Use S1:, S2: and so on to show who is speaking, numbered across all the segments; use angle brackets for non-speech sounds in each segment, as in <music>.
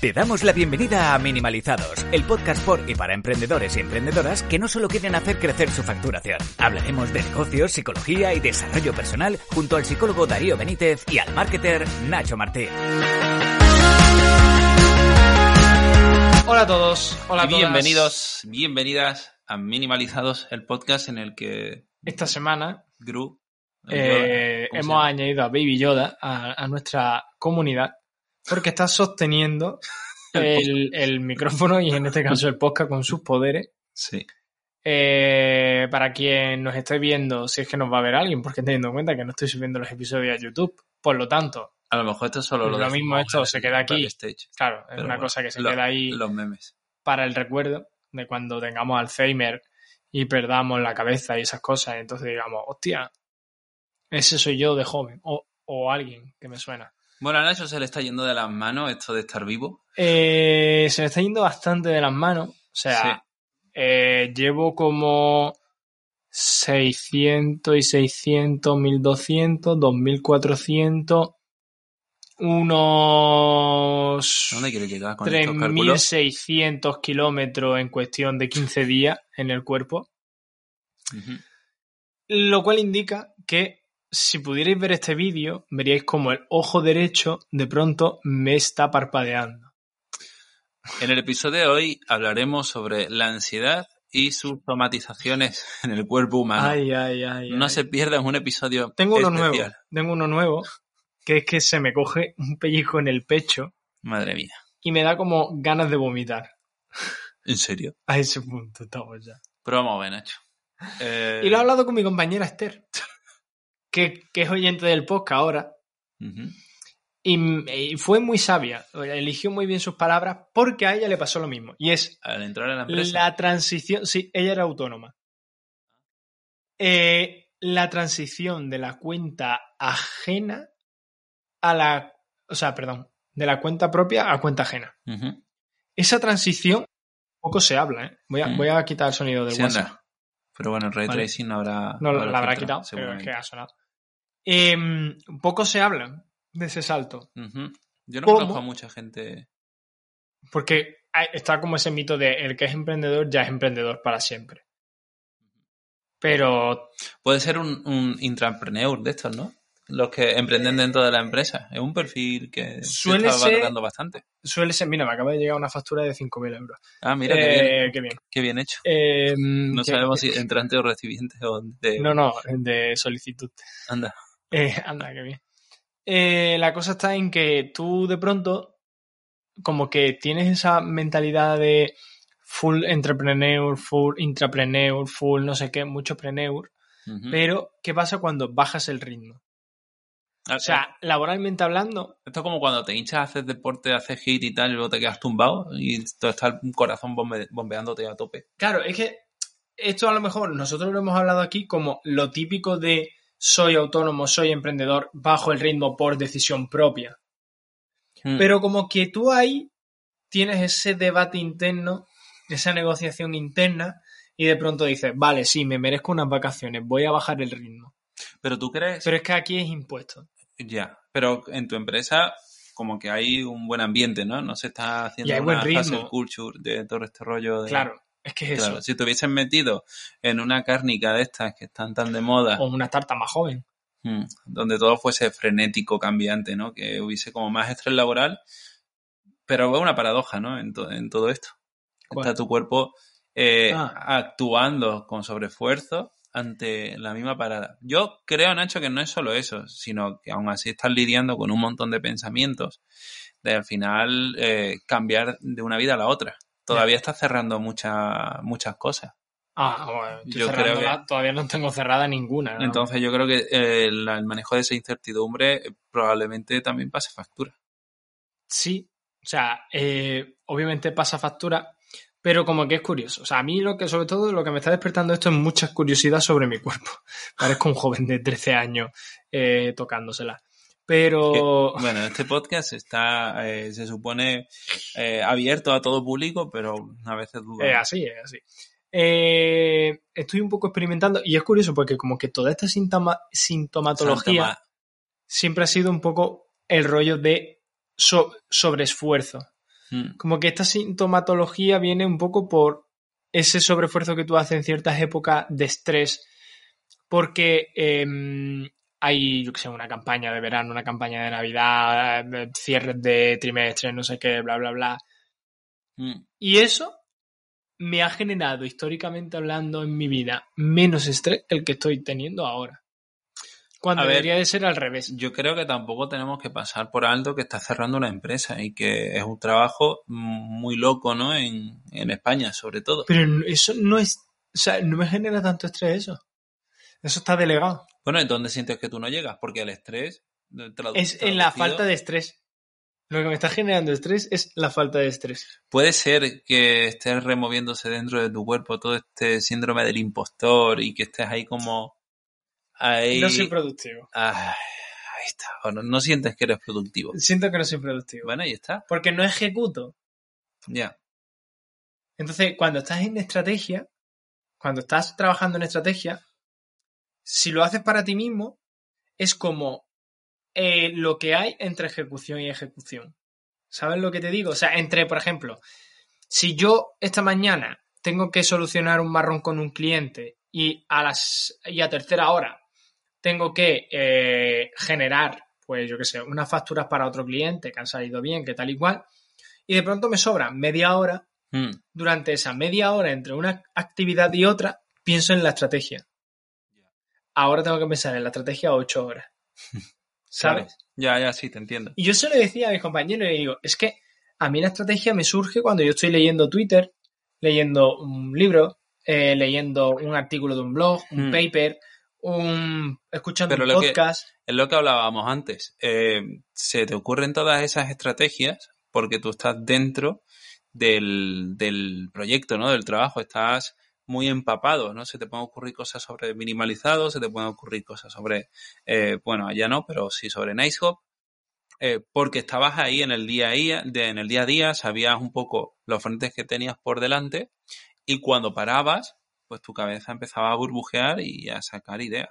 S1: Te damos la bienvenida a Minimalizados, el podcast por y para emprendedores y emprendedoras que no solo quieren hacer crecer su facturación. Hablaremos de negocios, psicología y desarrollo personal junto al psicólogo Darío Benítez y al marketer Nacho Martín.
S2: Hola a todos, hola a
S3: Y
S2: todas.
S3: bienvenidos, bienvenidas a Minimalizados, el podcast en el que
S2: Esta semana
S3: Gru
S2: eh,
S3: ¿cómo se
S2: hemos
S3: llama?
S2: añadido a Baby Yoda a, a nuestra comunidad porque está sosteniendo
S3: <laughs>
S2: el, el micrófono y en este caso el podcast con sus poderes.
S3: sí,
S2: Eh, para quien nos esté viendo, si es que nos va a ver alguien, porque teniendo en cuenta que no estoy subiendo los episodios a YouTube, por lo tanto,
S3: a lo mejor esto solo lo,
S2: Lo mismo,
S3: decimos
S2: esto
S3: en
S2: se queda aquí.
S3: backstage.
S2: claro, es
S3: Pero
S2: una
S3: bueno,
S2: cosa que se
S3: lo-
S2: queda ahí
S3: Los memes.
S2: para el recuerdo de cuando tengamos Alzheimer y perdamos la cabeza y esas cosas. y entonces digamos, hostia, ese soy yo de joven o, o alguien que me suena.
S3: Bueno, a Nacho se le está yendo de las manos esto de estar vivo.
S2: Eh, se me está yendo bastante de las manos. O sea, eh, llevo como 600 y 600, 1200, 2400, unos...
S3: ¿A ¿Dónde quiere llegar con estos cálculos?
S2: 3.600 kilómetros en cuestión de 15 días en el cuerpo,
S3: Ujú.
S2: lo cual indica que si pudierais ver este vídeo, veríais como el ojo derecho de pronto me está parpadeando.
S3: En el episodio de hoy hablaremos sobre la ansiedad y sus somatizaciones <laughs> en el cuerpo humano.
S2: ay, ay, ay.
S3: Ah, no
S2: ay.
S3: se pierdan un episodio
S2: Tengo uno
S3: especial.
S2: nuevo, tengo uno nuevo, que es que se me coge un pellico en el pecho
S3: Madre mía,
S2: y me da como ganas de vomitar.
S3: en serio.
S2: A ese punto estamos ya.
S3: Pero vamos a ver, Nacho. Eh,
S2: Y lo he hablado con mi compañera Esther, <laughs> que, que es oyente del podcast ahora.
S3: Eh, ujú.
S2: Y, y fue muy sabia, eligió muy bien sus palabras porque a ella le pasó lo mismo. Y es
S3: Al entrar a la empresa.
S2: la transición, sí, ella era autónoma. Eh, la transición de la cuenta ajena a la, o sea, perdón, de la cuenta propia a cuenta ajena.
S3: Ujú.
S2: Esa transición poco se habla, ¿eh? Voy a,
S3: Mm.
S2: voy a quitar el sonido del
S3: Sí,
S2: WhatsApp.
S3: anda. Pero bueno, el ray
S2: Vale.
S3: tracing no habrá.
S2: No, la habrá quitado, pero
S3: filtrado,
S2: es que
S3: seguramente.
S2: ha sonado. Em, poco se habla de ese salto.
S3: Ujú. Yo no
S2: ¿Cómo?
S3: conozco a mucha gente.
S2: Porque hay- está como ese mito de el que es emprendedor ya es emprendedor para siempre. Pero
S3: Puede ser un, un intrapreneur de estos, ¿no? Los que emprenden dentro de la empresa. Es un perfil que se
S2: Suele
S3: está
S2: ser-
S3: valorando bastante.
S2: suele ser, mira, me acaba de llegar una factura de 5.000 euros.
S3: Ah, mira, qué,
S2: Eh,
S3: bien,
S2: qué bien.
S3: qué bien hecho.
S2: Eh,
S3: No
S2: que-
S3: sabemos si entrante o recipiente o de.
S2: No, no, de solicitud.
S3: Anda.
S2: Eh, anda, qué bien. Eh, la cosa está en que tú de pronto como que tienes esa mentalidad de full entrepreneur, full intrapreneur, full no sé qué, mucho preneur.
S3: Ujú.
S2: Pero, ¿qué pasa cuando bajas el ritmo?
S3: Ah,
S2: O sea, laboralmente hablando,
S3: esto es como cuando te hinchas, haces deporte, haces hit y tal, y luego te quedas tumbado y todo está el corazón bombe- bombeándote a tope.
S2: Claro, es que esto a lo mejor nosotros lo hemos hablado aquí como lo típico de soy autónomo, soy emprendedor, bajo el ritmo por decisión propia.
S3: Mm.
S2: Pero como que tú ahí tienes ese debate interno, esa negociación interna, y de pronto dices, vale, sí, me merezco unas vacaciones, voy a bajar el ritmo.
S3: Pero tú crees.
S2: Pero es que aquí es impuesto.
S3: Ya, pero en tu empresa como que hay un buen ambiente, ¿no? No se está haciendo
S2: Y hay buen
S3: una
S2: ritmo.
S3: hustle culture de todo este rollo. De,
S2: Claro, es que es
S3: Claro,
S2: eso.
S3: si te hubiesen metido en una cárnica de estas que están tan de moda,
S2: O una tarta más joven.
S3: mm, donde todo fuese frenético, cambiante, ¿no? Que hubiese como más estrés laboral, pero es una paradoja, ¿no? En, to- en todo esto.
S2: ¿Cuál?
S3: Está tu cuerpo eh,
S2: Ah.
S3: actuando con sobreesfuerzo ante la misma parada. Yo creo, Nacho, que no es solo eso, sino que aún así estás lidiando con un montón de pensamientos de al final eh, cambiar de una vida a la otra. Todavía estás cerrando muchas muchas cosas.
S2: Ah, bueno, estoy
S3: Yo creo
S2: cerrándola, todavía no tengo cerrada ninguna. ¿no?
S3: Entonces yo creo que eh, la- el manejo de esa incertidumbre eh, probablemente también pase factura.
S2: Sí, o sea, eh, obviamente pasa factura, pero como que es curioso. O sea, a mí lo que, sobre todo, lo que me está despertando esto es mucha curiosidad sobre mi cuerpo. <laughs> Parezco un joven de 13 años eh, tocándosela. Pero
S3: Que, bueno, este podcast está, eh, se supone, eh, abierto a todo público, pero a veces duda.
S2: <laughs> es así, es así. Eh, estoy un poco experimentando y es curioso porque como que toda esta sintoma- sintomatología
S3: Santa ma-
S2: siempre ha sido un poco el rollo de so- sobreesfuerzo.
S3: Mm.
S2: como que esta sintomatología viene un poco por ese sobreesfuerzo que tú haces en ciertas épocas de estrés, porque em, hay, yo que sé, una campaña de verano, una campaña de Navidad, eh, cierres de trimestre, no sé qué, bla, bla, bla.
S3: Mm.
S2: Y eso me ha generado, históricamente hablando, en mi vida, menos estrés que el que estoy teniendo ahora. Cuando
S3: A ver.
S2: debería de ser al revés.
S3: Yo creo que tampoco tenemos que pasar por alto que está cerrando una empresa y que es un trabajo muy loco, ¿no? En, en España, sobre todo.
S2: Pero eso no es, o sea, no me genera tanto estrés eso. Eso está delegado.
S3: Bueno, ¿en dónde sientes que tú no llegas? Porque el estrés... de- tradu-
S2: Es en la
S3: traducido-
S2: falta de estrés. Lo que me está generando estrés es la falta de estrés.
S3: Puede ser que estés removiéndose dentro de tu cuerpo todo este síndrome del impostor y que estés ahí como... Ahí...
S2: No soy productivo.
S3: Ah, ahí está. O no, no sientes que eres productivo.
S2: Siento que no soy productivo.
S3: Bueno, ahí está.
S2: Porque no ejecuto.
S3: Ya.
S2: Entonces, cuando estás en estrategia, cuando estás trabajando en estrategia, si lo haces para ti mismo, es como eh, lo que hay entre ejecución y ejecución. ¿Sabes lo que te digo? O sea, entre, por ejemplo, si yo esta mañana tengo que solucionar un marrón con un cliente y a las y a tercera hora tengo que eh, generar, pues yo qué sé, unas facturas para otro cliente que han salido bien, que tal y cual, y de pronto me sobra media hora
S3: Mm.
S2: durante esa media hora entre una actividad y otra, pienso en la estrategia. Ahora tengo que pensar en la estrategia ocho horas. ¿Sabes?
S3: <laughs> Claro. Ya, ya, sí, te entiendo.
S2: Y yo se lo decía a mis compañeros y digo, es que a mí la estrategia me surge cuando yo estoy leyendo Twitter, leyendo un libro, eh, leyendo un artículo de un blog, un
S3: Hmm.
S2: paper, un escuchando
S3: Pero
S2: un
S3: lo que-
S2: podcast.
S3: Es lo que hablábamos antes. Eh, se te ocurren todas esas estrategias porque tú estás dentro del, del proyecto, ¿no? Del trabajo. Estás muy empapado, ¿no? Se te pueden ocurrir cosas sobre minimalizado, se te pueden ocurrir cosas sobre, eh, bueno, allá no, pero sí sobre NiceHop. eh, porque estabas ahí en el día a día, de- en el día a día, sabías un poco los frentes que tenías por delante y cuando parabas, pues tu cabeza empezaba a burbujear y a sacar ideas.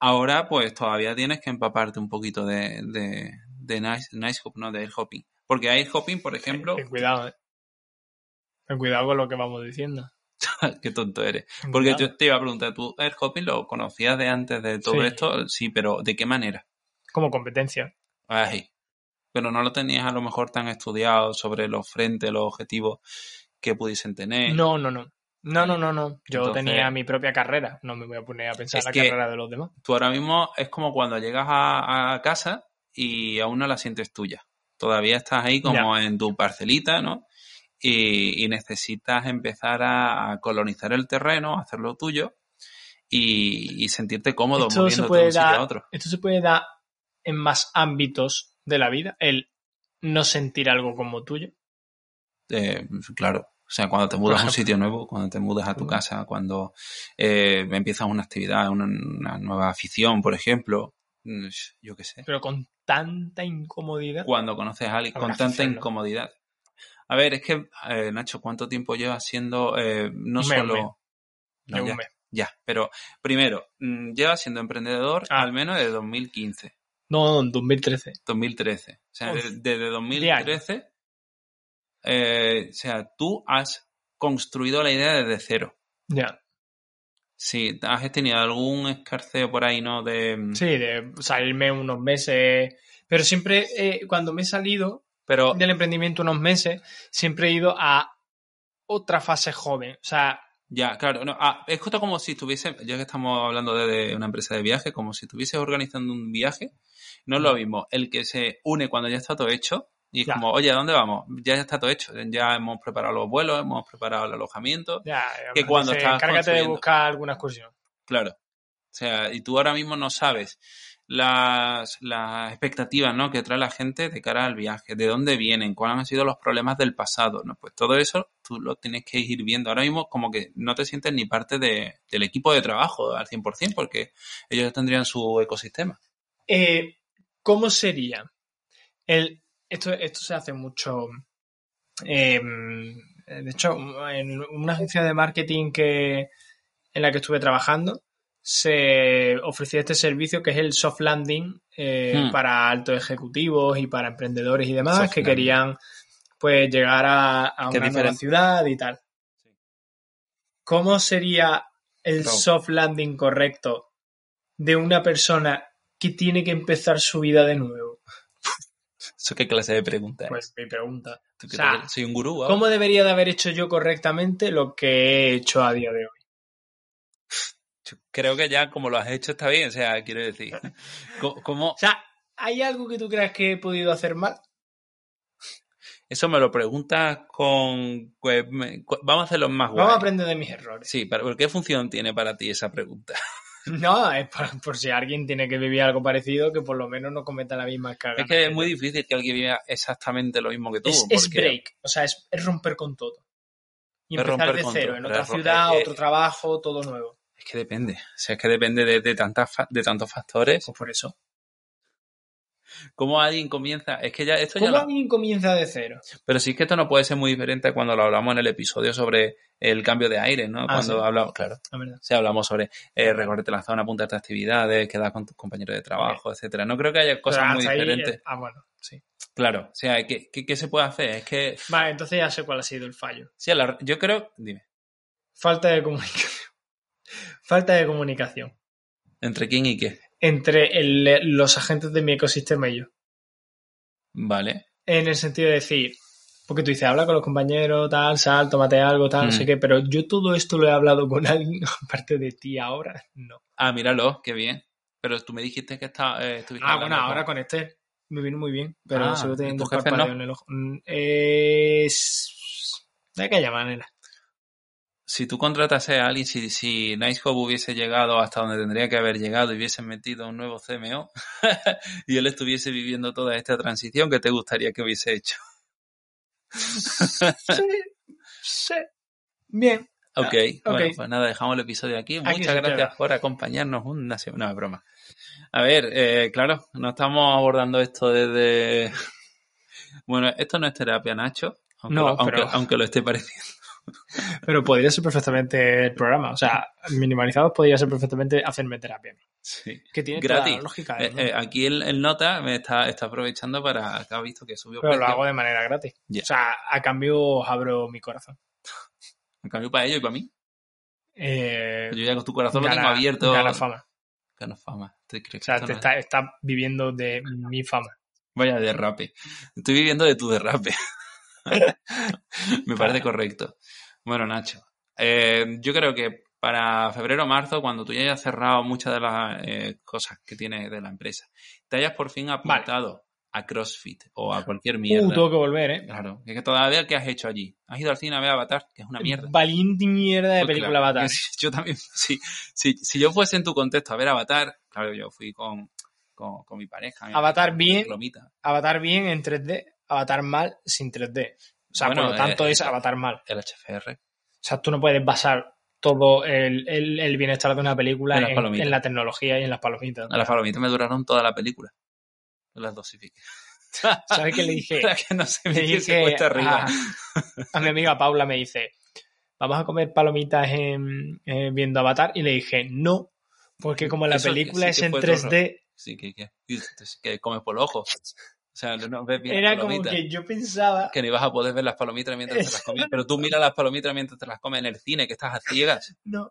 S3: Ahora, pues todavía tienes que empaparte un poquito de, de, de nice, nice hop, no, de air hopping. Porque air hopping, por ejemplo,
S2: Ten cuidado, eh. Ten cuidado con lo que vamos diciendo.
S3: <laughs> qué tonto eres.
S2: Ten
S3: Porque
S2: cuidado.
S3: yo te iba a preguntar, ¿tú air hopping lo conocías de antes de todo
S2: Sí.
S3: esto? Sí, pero ¿de qué manera?
S2: Como competencia.
S3: Ay, pero no lo tenías a lo mejor tan estudiado sobre los frentes, los objetivos que pudiesen tener.
S2: No, no, no. No, no, no, no. Yo
S3: Eh. Entonces-
S2: tenía mi propia carrera. No me voy a poner a pensar
S3: Es
S2: la
S3: que-
S2: carrera de los demás.
S3: tú ahora mismo es como cuando llegas a, a casa y aún no la sientes tuya. Todavía estás ahí como en tu parcelita, ¿no? Y, y necesitas empezar a, a colonizar el terreno, a hacerlo tuyo y, y sentirte cómodo
S2: Esto se
S3: moviéndote de
S2: puede
S3: un sitio
S2: dar-
S3: a otro.
S2: Esto se puede dar en más ámbitos de la vida. El no sentir algo como tuyo.
S3: Eh, claro. O sea, cuando te mudas a un
S2: ejemplo.
S3: sitio nuevo, cuando te mudas a tu
S2: Mm.
S3: casa, cuando eh, empiezas una actividad, una, una nueva afición, por ejemplo, Mm, yo qué sé.
S2: pero con tanta incomodidad.
S3: cuando conoces a alguien
S2: Habrá
S3: con tanta
S2: afición, ¿no?
S3: incomodidad. A ver, es que, eh, Nacho, ¿cuánto tiempo llevas siendo eh, no
S2: Un mes, un
S3: solo...
S2: mes.
S3: No,
S2: Yo
S3: ya,
S2: un mes.
S3: ya, pero primero, mm, llevas siendo emprendedor
S2: Ah.
S3: al menos desde 2015,
S2: No, en 2013.
S3: 2013. O sea,
S2: Uf,
S3: de- desde
S2: años.
S3: 2013, eh, o sea, tú has construido la idea desde cero.
S2: Ya.
S3: Si has tenido algún escarceo por ahí, ¿no? De, mm,
S2: Sí, de salirme unos meses. Pero siempre, eh, cuando me he salido
S3: Pero
S2: del emprendimiento unos meses, siempre he ido a otra fase joven. O sea,
S3: Ya, claro. No, ah, es justo como si estuviese, ya que estamos hablando de, de una empresa de viaje, como si estuvieses organizando un viaje. No es lo mismo el que se une cuando ya está todo hecho, Y es como, oye, ¿a dónde vamos? Ya está todo hecho. Ya hemos preparado los vuelos, hemos preparado el alojamiento.
S2: Ya,
S3: Que cuando
S2: dice,
S3: estabas
S2: encárgate de
S3: construyendo.
S2: buscar alguna excursión.
S3: Claro. O sea, y tú ahora mismo no sabes las, las expectativas ¿no? que trae la gente de cara al viaje, de dónde vienen, cuáles han sido los problemas del pasado. ¿no? Pues todo eso tú lo tienes que ir viendo. Ahora mismo como que no te sientes ni parte de- del equipo de trabajo al 100% porque ellos tendrían su ecosistema.
S2: Eh, ¿Cómo sería? El, esto, esto se hace mucho. eh, de hecho, en una agencia de marketing que, en la que estuve trabajando, se ofrecía este servicio que es el soft landing eh,
S3: Hmm.
S2: para altos ejecutivos y para emprendedores y demás
S3: Soft
S2: que
S3: landing.
S2: querían pues llegar a, a
S3: Qué
S2: una nueva
S3: diferente.
S2: ciudad y tal. ¿Cómo sería el
S3: Claro.
S2: soft landing correcto de una persona que tiene que empezar su vida de nuevo?
S3: ¿Eso qué clase de pregunta? es?
S2: Pues mi pregunta.
S3: ¿Tú
S2: o
S3: qué
S2: sea,
S3: te crees? soy un gurú. ¿vale?
S2: ¿Cómo debería de haber hecho yo correctamente lo que he hecho a día de hoy?
S3: Yo Creo que ya como lo has hecho está bien. O sea, quiero decir, <laughs> co- ¿cómo,
S2: O sea, ¿hay algo que tú creas que he podido hacer mal?
S3: Eso me lo preguntas con. pues, me- cu- vamos a hacerlo más guay.
S2: Vamos a aprender de mis errores. <laughs>
S3: Sí, para- pero ¿qué función tiene para ti esa pregunta?
S2: No, es por, por si alguien tiene que vivir algo parecido, que por lo menos no cometa la misma cagada.
S3: es que es muy difícil que alguien viva exactamente lo mismo que tú.
S2: Es, es
S3: porque-
S2: break, o sea, es, es romper con todo. Y
S3: Es
S2: empezar
S3: romper
S2: de
S3: con
S2: cero,
S3: todo,
S2: en
S3: pero
S2: otra
S3: es ro-
S2: ciudad,
S3: eh, eh,
S2: otro trabajo, todo nuevo.
S3: Es que depende. O sea, es que depende de, de tantas fa- de tantos factores.
S2: Pues por eso.
S3: ¿Cómo alguien comienza? Es que ya esto ya
S2: ¿Cómo
S3: lo-
S2: alguien comienza de cero?
S3: Pero sí es que esto no puede ser muy diferente a cuando lo hablamos en el episodio sobre el cambio de aire, ¿no?
S2: Ah,
S3: cuando
S2: sí.
S3: hablamos, claro.
S2: La verdad.
S3: si hablamos sobre eh, recorrerte la zona, apuntarte a actividades, quedar con tus compañeros de trabajo, etcétera. No creo que haya cosas
S2: Pero
S3: muy
S2: hasta ahí,
S3: diferentes.
S2: eh, ah, bueno, sí.
S3: Claro, o sea, ¿qué, qué, qué se puede hacer? Es que,
S2: Vale, entonces ya sé cuál ha sido el fallo.
S3: sí, a la- yo creo, dime,
S2: Falta de comunicación. <laughs> Falta de comunicación
S3: ¿entre quién y qué?
S2: entre el- los agentes de mi ecosistema y yo.
S3: Vale,
S2: En el sentido de decir, porque tú dices, habla con los compañeros, tal, sal, tómate algo, tal, no
S3: Mm.
S2: sé qué, pero yo todo esto lo he hablado con <laughs> alguien aparte de ti ahora, no.
S3: ah, míralo, qué bien. Pero tú me dijiste que está, eh, estuviste
S2: Ah,
S3: hablando
S2: bueno, ahora
S3: con-
S2: con este me vino muy bien, pero
S3: Ah,
S2: sigo teniendo
S3: ¿y
S2: un
S3: tu jefe
S2: parpadeo
S3: no?
S2: en el ojo. Mm, Es... De aquella manera.
S3: Si tú contratase a alguien, si, si NiceHub hubiese llegado hasta donde tendría que haber llegado y hubiesen metido un nuevo CMO <laughs> y él estuviese viviendo toda esta transición, ¿qué te gustaría que hubiese hecho?
S2: Sí, sí. Bien. Ah,
S3: Ok,
S2: ok.
S3: bueno, pues nada, dejamos el episodio aquí.
S2: Aquí
S3: Muchas
S2: se
S3: gracias
S2: queda.
S3: por acompañarnos una semana. No, es broma. A ver, eh, claro, no estamos abordando esto desde... <laughs> Bueno, esto no es terapia, Nacho, aunque,
S2: No,
S3: lo, aunque-
S2: pero-
S3: aunque lo esté pareciendo. <laughs>
S2: Pero podría ser perfectamente el programa. O sea, minimalizados podría ser perfectamente hacerme terapia.
S3: Sí.
S2: Que tiene toda
S3: Gratis.
S2: la lógica.
S3: Eh,
S2: del
S3: eh,
S2: mundo.
S3: aquí el, el nota me está, está aprovechando para... que ha visto que subió
S2: pero lo
S3: precio.
S2: hago de manera gratis.
S3: eh, Ya.
S2: O sea, a cambio os abro mi corazón.
S3: En cambio, para ellos y para mí.
S2: Eh,
S3: Yo ya con tu corazón lo
S2: gana-
S3: tengo abierto.
S2: Gana fama.
S3: Gana fama. ¿Te crees
S2: O
S3: que
S2: sea,
S3: esto
S2: te
S3: no es-
S2: está, está viviendo de mi fama.
S3: Vaya derrape. Estoy viviendo de tu derrape. <laughs> Me parece correcto. Bueno, Nacho, eh, yo creo que para febrero o marzo, cuando tú ya hayas cerrado muchas de las eh, cosas que tienes de la empresa, te hayas por fin apuntado a CrossFit o a cualquier mierda.
S2: Uh, tengo que volver, ¿eh?
S3: Claro, es que todavía, ¿qué has hecho allí? ¿Has ido al cine a ver Avatar? Que es
S2: Eh,
S3: una mierda.
S2: Valiente mierda de
S3: Pues
S2: película
S3: claro,
S2: Avatar.
S3: Yo, yo también, <laughs> sí, sí, si yo fuese en tu contexto a ver Avatar, claro, yo fui con, con, con mi pareja. mi
S2: Avatar
S3: pareja,
S2: bien.
S3: palomita.
S2: Avatar bien en 3D, Avatar mal sin 3D. O sea,
S3: Bueno,
S2: por lo tanto
S3: eh,
S2: es
S3: eh,
S2: Avatar mal.
S3: El HFR.
S2: O sea, tú no puedes basar todo el, el- el bienestar de una película
S3: En las
S2: en,
S3: palomitas. Ah.
S2: en la tecnología y en las palomitas.
S3: A las palomitas me duraron toda la película. Las dosifiqué. <laughs>
S2: ¿Sabes qué le dije?
S3: Para que no se
S2: Le
S3: viese
S2: dije
S3: cuesta arriba.
S2: A, a mi amiga Paula me dice, vamos a comer palomitas en, en viendo Avatar. Y le dije, no, porque como la
S3: Eso que
S2: película
S3: sí
S2: es
S3: que
S2: en
S3: fue
S2: 3D,
S3: Sí, que, que, dices que comes por los ojos. O sea, no ves bien
S2: era
S3: las
S2: como
S3: palomitas.
S2: que yo
S3: <laughs>
S2: pensaba...
S3: Que no ibas a poder ver las palomitas mientras te las comes. Pero tú mira las palomitas mientras te las comes en el cine, que estás a ciegas.
S2: No,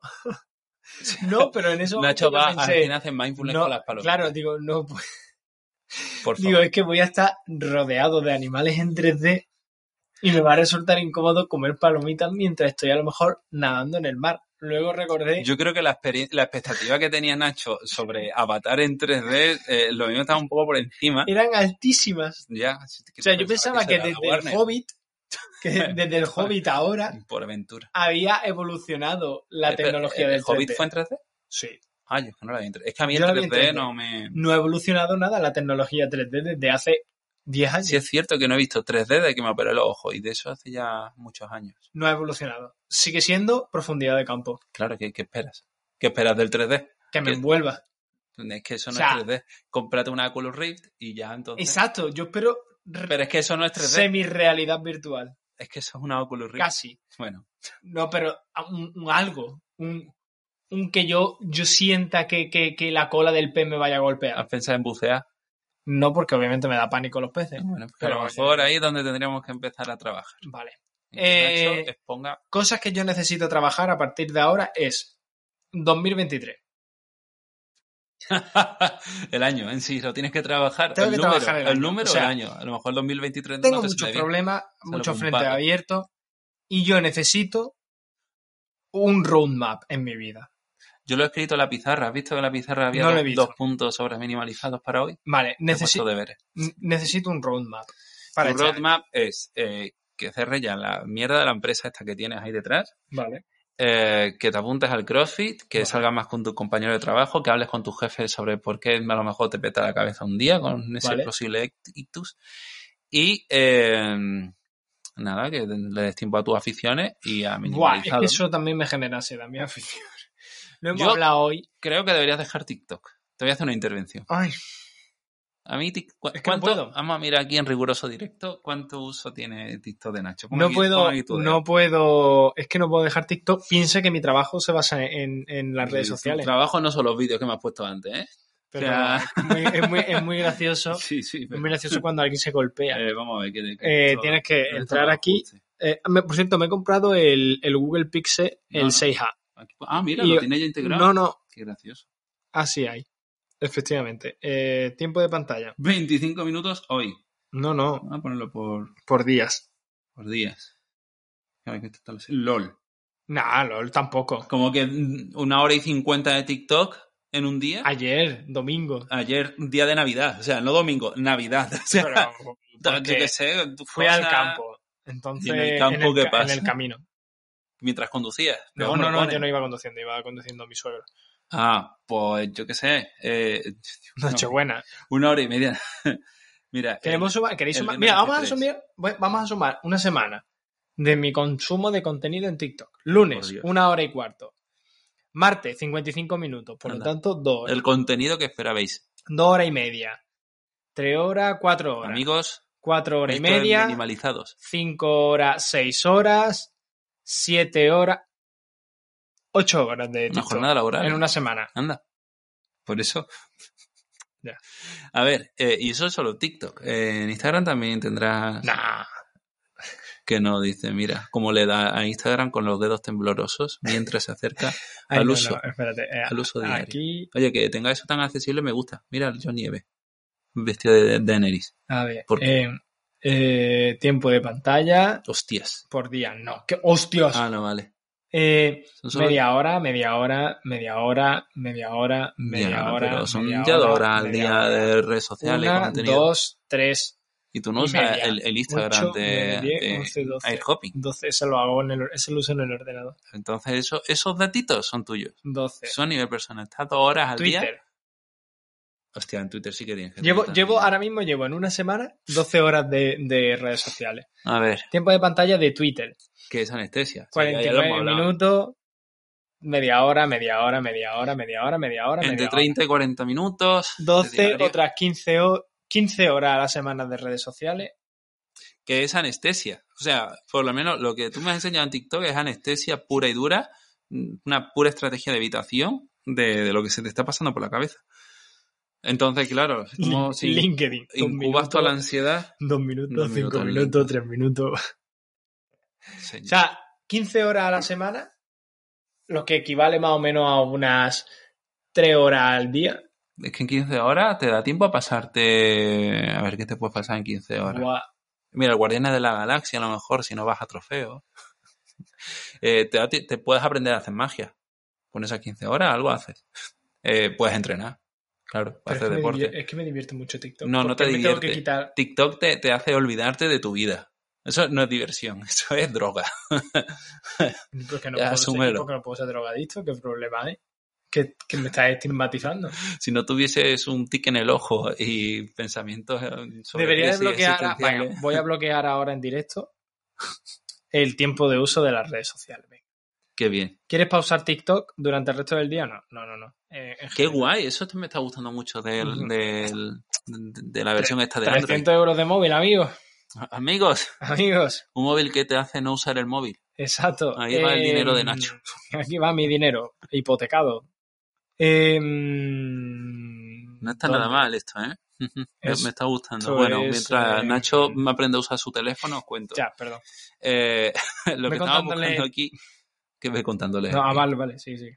S2: no pero en eso
S3: Nacho va
S2: momento yo
S3: al
S2: pensé,
S3: cine, hace mindfulness
S2: no,
S3: con las palomitas.
S2: claro, digo, no, pues,
S3: por favor.
S2: digo, es que voy a estar rodeado de animales en 3D y me va a resultar incómodo comer palomitas mientras estoy a lo mejor nadando en el mar. Luego recordé.
S3: Yo creo que la, la expectativa que tenía Nacho sobre Avatar en 3D, eh, lo mismo estaba un poco por encima.
S2: Eran altísimas.
S3: Ya.
S2: O sea, yo pensaba que, desde el Hobbit,
S3: <laughs>
S2: que desde el Hobbit ahora,
S3: Por aventura.
S2: había evolucionado la
S3: Espera,
S2: tecnología
S3: ¿el
S2: del
S3: Hobbit
S2: 3D.
S3: fue Eh, en 3D?
S2: Sí.
S3: Ah, yo es que no la vi en 3D. Es que a mí el
S2: Yo la vi en
S3: 3D
S2: 3D.
S3: no me...
S2: No ha evolucionado nada la tecnología 3D desde hace 10 años.
S3: Sí es cierto que no he visto 3D desde que me operé los ojos y de eso hace ya muchos años.
S2: No ha evolucionado. Sigue siendo profundidad de campo.
S3: Claro, ¿qué, qué esperas? ¿Qué esperas del 3D?
S2: Que me
S3: Que-
S2: envuelva.
S3: Es que eso
S2: O
S3: no
S2: sea-
S3: es 3D. Cómprate una Oculus Rift y ya entonces...
S2: Exacto, yo espero re-
S3: Pero es que eso no es 3D.
S2: semi-realidad virtual.
S3: Es que eso es una Oculus Rift.
S2: Casi.
S3: Bueno,
S2: No, pero a- un, un algo. Un, un que yo, yo sienta que, que- que la cola del pez me vaya a golpear.
S3: ¿has pensado en bucear?
S2: No, porque obviamente me da pánico los peces.
S3: <laughs> Bueno, pues a
S2: Pero
S3: lo
S2: vaya.
S3: mejor ahí es donde tendríamos que empezar a trabajar.
S2: Vale.
S3: Y que
S2: Eh,
S3: Nacho exponga <laughs>
S2: Cosas que yo necesito trabajar a partir de ahora es 2023.
S3: el año en sí, lo tienes que trabajar.
S2: Tengo
S3: el
S2: que
S3: número,
S2: trabajar el
S3: el,
S2: año,
S3: número
S2: o sea,
S3: o el año. A lo mejor 2023
S2: Tengo
S3: no te
S2: muchos
S3: sale bien.
S2: problemas,
S3: Se lo
S2: muchos
S3: comparto.
S2: frentes abiertos y yo necesito un roadmap en mi vida.
S3: Yo lo he escrito en la pizarra. ¿Has visto que en la pizarra había
S2: No lo he
S3: dos,
S2: visto.
S3: dos puntos sobre minimalizados para hoy?
S2: Vale,
S3: Te he
S2: necesi-
S3: puesto deberes.
S2: n- necesito un roadmap. para
S3: Tu
S2: este año.
S3: roadmap es eh, que cerre ya la mierda de la empresa esta que tienes ahí detrás,
S2: Vale.
S3: eh, que te apuntes al CrossFit, que
S2: Vale.
S3: salgas más con tus compañeros de trabajo, que hables con tus jefes sobre por qué a lo mejor te peta la cabeza un día con ese
S2: Vale.
S3: posible ictus. Y eh, nada, que le des tiempo a tus aficiones y a
S2: Buah, es
S3: minimalizado.
S2: que eso también me genera ansiedad, mi <laughs> afición. Lo hemos
S3: Yo-
S2: hablado hoy.
S3: Creo que deberías dejar TikTok. Te voy a hacer una intervención.
S2: Ay,
S3: A mí, tic- cu-
S2: Es que no
S3: ¿cuánto?
S2: puedo.
S3: Vamos a mirar aquí en riguroso directo. ¿Cuánto uso tiene TikTok de Nacho? Pon
S2: no
S3: aquí-
S2: puedo,
S3: pon aquí tu dedo.
S2: no puedo, es que no puedo dejar TikTok. Piensa que mi trabajo se basa en, en las redes
S3: Tu
S2: sociales.
S3: trabajo no son los vídeos que me has puesto antes, ¿eh?
S2: Pero
S3: o sea-
S2: es, muy, es muy- es muy gracioso.
S3: <laughs> Sí, sí.
S2: Es
S3: pero-
S2: muy gracioso cuando alguien se golpea.
S3: Eh, vamos a ver. que-
S2: Eh,
S3: que esto-
S2: tienes que
S3: esto
S2: entrar
S3: lo
S2: aquí.
S3: ajuste.
S2: Eh, me- por cierto, me he comprado el, el Google Pixel,
S3: No,
S2: el
S3: no.
S2: 6A.
S3: Aquí- Ah, mira,
S2: Y-
S3: lo tiene ya integrado.
S2: No, no,
S3: Qué gracioso.
S2: así hay. Efectivamente. Eh, tiempo de pantalla.
S3: 25 minutos hoy.
S2: No, no,
S3: Vamos a ponerlo por,
S2: por días.
S3: por días. A ver, que esto está lo sé. LOL.
S2: Nah, LOL tampoco.
S3: Como que mm, una hora y cincuenta de TikTok en un día.
S2: Ayer, domingo.
S3: Ayer, día de Navidad. O sea, no domingo, Navidad. <laughs> O sea,
S2: <laughs> Pero
S3: yo
S2: porque
S3: qué sé. tú
S2: fui
S3: cosa-
S2: al campo. Entonces,
S3: ¿Y en el campo qué
S2: ca-
S3: pasa?
S2: en el camino.
S3: Mientras conducías.
S2: No,
S3: Pero
S2: no,
S3: me
S2: no,
S3: ponen.
S2: yo no iba conduciendo, iba conduciendo a mi
S3: <laughs>
S2: suegro.
S3: Ah, pues yo qué sé. eh,
S2: Nochebuena.
S3: Una hora y media. <laughs> Mira,
S2: Queremos
S3: el-
S2: sumar, queréis
S3: el
S2: sumar.
S3: viernes
S2: Mira, vamos a
S3: 23.
S2: asumir, bueno, vamos a sumar una semana de mi consumo de contenido en TikTok. Lunes,
S3: Por Dios.
S2: una hora y cuarto. Martes, 55 minutos. Por
S3: Anda.
S2: lo tanto, dos horas.
S3: el contenido que esperabais.
S2: Dos horas y media. Tres horas, cuatro horas.
S3: Amigos,
S2: cuatro horas y
S3: esto es
S2: media.
S3: minimalizados.
S2: Cinco horas, seis horas. Siete horas. Ocho horas de
S3: Una
S2: TikTok.
S3: jornada laboral.
S2: En una semana.
S3: Anda. Por eso.
S2: Ya.
S3: A ver, eh, y eso es solo TikTok. Eh, en Instagram también tendrás
S2: Nah.
S3: que no dice, mira, cómo le da a Instagram con los dedos temblorosos mientras se acerca
S2: Ay,
S3: al
S2: no,
S3: uso.
S2: no, espérate. eh,
S3: al uso diario.
S2: aquí.
S3: Oye, que tenga eso tan accesible me gusta. Mira, el John Nieve, vestido de Daenerys.
S2: A ver.
S3: ¿Por
S2: eh, eh, tiempo de pantalla.
S3: Hostias.
S2: por día. No, que hostias.
S3: Ah, no, vale.
S2: Eh,
S3: Son solo
S2: media hora, media hora, media hora, media hora, media
S3: Ya,
S2: hora.
S3: pero son
S2: media
S3: ya dos
S2: hora,
S3: horas al
S2: media
S3: día
S2: hora.
S3: de redes sociales,
S2: Una,
S3: contenido.
S2: dos, tres,
S3: y tú no
S2: y
S3: usas
S2: media.
S3: el, el Instagram
S2: ocho,
S3: de,
S2: nueve, diez,
S3: de
S2: once, doce.
S3: AirHopping.
S2: doce. Eso lo hago en el, eso lo uso en el ordenador.
S3: Entonces, eso, esos datitos son tuyos.
S2: Doce.
S3: Son a nivel personal. Estás dos horas al día.
S2: Eh, Twitter.
S3: Hostia, en Twitter sí que tienes que
S2: Llevo,
S3: tener
S2: llevo,
S3: también.
S2: ahora mismo llevo en una semana 12 horas de, de redes sociales.
S3: A ver,
S2: Tiempo de pantalla de Twitter.
S3: que es anestesia. Sí, ya- ya lo
S2: 49
S3: hemos hablado.
S2: minutos, media hora, media hora, media hora, media hora, media hora, media
S3: Entre
S2: hora.
S3: 30 y 40 minutos. de
S2: 12,
S3: diario,
S2: otras 15, ho- 15 horas a la semana de redes sociales.
S3: Que es anestesia. O sea, por lo menos lo que tú me has enseñado en TikTok es anestesia pura y dura. mm, Una pura estrategia de evitación de, de lo que se te está pasando por la cabeza. Entonces, claro,
S2: <laughs> Lin-
S3: estamos sin-
S2: LinkedIn. Dos
S3: incubas toda la
S2: minutos,
S3: ansiedad.
S2: dos minutos,
S3: dos
S2: cinco
S3: minutos,
S2: minutos, tres minutos. O sea, 15 horas a la semana, lo que equivale más o menos a unas 3 horas al día.
S3: es que en 15 horas te da tiempo a pasarte. A ver qué te puede pasar en 15 horas.
S2: Buah,
S3: Mira, el Guardianes de la Galaxia, a lo mejor, si no vas a trofeo. <laughs> Eh, te, te, puedes aprender a hacer magia. Pones a 15 horas, algo haces. Eh, puedes entrenar. Claro,
S2: Pero
S3: hacer
S2: es que
S3: deporte.
S2: Me divier- es que me divierte mucho TikTok.
S3: No, no
S2: porque
S3: te
S2: me tengo que
S3: divierte.
S2: quitar-
S3: TikTok te, te hace olvidarte de tu vida. Eso no es diversión, <laughs> eso es droga.
S2: Porque Pues no, puedo
S3: Ya,
S2: ser,
S3: asúmelo.
S2: porque no puedo ser drogadicto, qué problema hay. Que, que me estás estigmatizando.
S3: Si no tuvieses un tic en el ojo y pensamientos eh, sobre
S2: Debería de
S3: crisis
S2: bloquear. a-
S3: existenciales.
S2: venga, voy a bloquear ahora en directo el tiempo de uso de las redes sociales. Venga.
S3: Qué bien.
S2: ¿Quieres pausar TikTok durante el resto del día? No, no, no. no. Eh, en
S3: Qué
S2: general.
S3: guay, eso me está gustando mucho del,
S2: Ujú.
S3: del- de la versión esta de Android.
S2: 300 euros de móvil, amigos.
S3: Amigos,
S2: <laughs> Amigos.
S3: un móvil que te hace no usar el móvil.
S2: Exacto.
S3: Ahí va el
S2: Eh,
S3: dinero de Nacho.
S2: <laughs> Aquí va mi dinero, hipotecado. Eh, no
S3: No está nada mal esto, ¿eh? <laughs> Me-
S2: Es-
S3: me está gustando.
S2: esto
S3: Bueno,
S2: es,
S3: mientras
S2: eh,
S3: Nacho me aprende a usar su teléfono, os cuento.
S2: Ya, perdón.
S3: Eh, <laughs> lo
S2: Ve
S3: que estamos
S2: contándole-
S3: buscando aquí, que ve contándole.
S2: No, ah, vale, vale, sí, sí.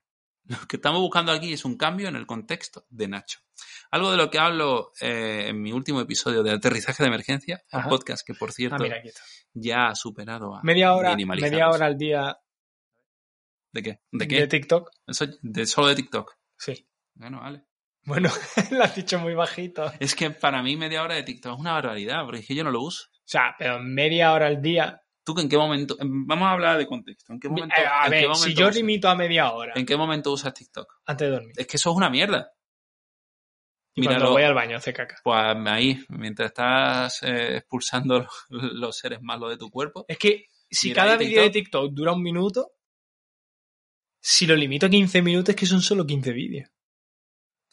S3: Lo que estamos buscando aquí es un cambio en el contexto de Nacho. Algo de lo que hablo eh, en mi último episodio de Aterrizaje de Emergencia, un
S2: Ajá.
S3: podcast que, por
S2: Ah,
S3: cierto,
S2: mira, aquí está.
S3: ya ha superado a
S2: Media hora,
S3: Minimalizados.
S2: media hora al día
S3: ¿De qué? ¿De qué?
S2: de TikTok.
S3: Eso- de- solo de TikTok.
S2: Sí. <laughs>
S3: Bueno, vale.
S2: Bueno, <laughs> lo has dicho muy bajito. O
S3: Es que para mí media hora de TikTok es una barbaridad, porque es que yo no lo uso.
S2: sea, pero media hora al día.
S3: ¿Tú en qué momento? em, Vamos a hablar de contexto. ¿En qué momento,
S2: Eh, a
S3: en qué
S2: ver,
S3: momento
S2: si yo
S3: usas-
S2: limito a media hora
S3: ¿En qué momento usas TikTok?
S2: antes de dormir,
S3: Es que eso es una mierda.
S2: y cuando voy al baño, hace caca.
S3: Pues ahí, mientras estás eh, expulsando <laughs> los, los seres malos de tu cuerpo.
S2: Es que si
S3: Mira,
S2: cada
S3: ahí
S2: vídeo de TikTok dura un minuto, si lo limito a 15 minutos, es que son solo 15 vídeos. <laughs>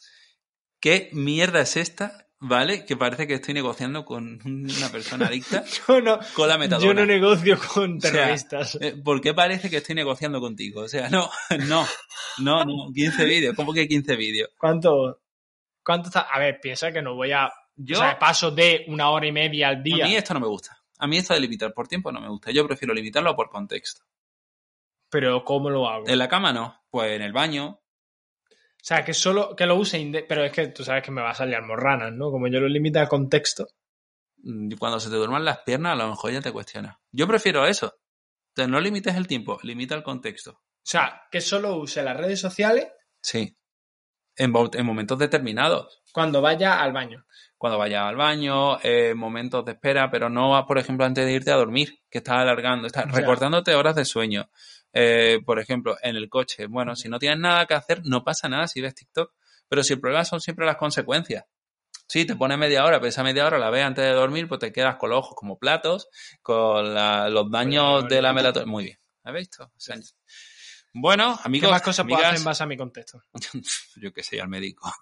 S3: ¿Qué mierda es esta? ¿Vale? Que parece que estoy negociando con una
S2: <laughs>
S3: persona adicta
S2: Yo no,
S3: con la metadona.
S2: yo no negocio con
S3: O sea,
S2: terroristas.
S3: Eh, ¿Por qué parece que estoy negociando contigo? O sea, no, <laughs> no, no, no, 15 vídeos. ¿Cómo que 15 vídeos?
S2: ¿Cuánto, ¿Cuánto está? A ver, piensa que no voy a.
S3: Yo,
S2: O sea, paso de una hora y media al
S3: a
S2: día.
S3: mí esto no me gusta. A mí esto de limitar por tiempo no me gusta. Yo prefiero limitarlo por contexto.
S2: Pero ¿cómo lo hago?
S3: En la cama no, pues en el baño.
S2: O sea, que solo que lo use, inde- pero es que tú sabes que me va a salir morranas, ¿no? Como yo lo limito a contexto.
S3: mm, Cuando se te duerman las piernas, a lo mejor ya te cuestionas. Yo prefiero eso. O sea, no limites el tiempo, limita el contexto.
S2: O sea, que solo use las redes sociales
S3: Sí. En, mo- en momentos determinados.
S2: cuando vaya al baño.
S3: Cuando vayas al baño, eh, momentos de espera, pero no, a- por ejemplo, antes de irte a dormir, que estás alargando, estás
S2: Ya.
S3: recortándote horas de sueño. Eh, por ejemplo, en el coche. Bueno, si no tienes nada que hacer, no pasa nada si ves TikTok. Pero si el problema son siempre las consecuencias. Sí, te pones media hora, pero esa media hora la ves antes de dormir, pues te quedas con los ojos como platos, con la- los daños
S2: Bueno,
S3: de la
S2: no.
S3: melatonina. Muy bien, ¿has visto? O sea, bueno,
S2: ¿Qué
S3: amigos,
S2: más cosas puedo hacer
S3: amigas,
S2: en base a mi contexto?
S3: <laughs> yo qué sé, al médico.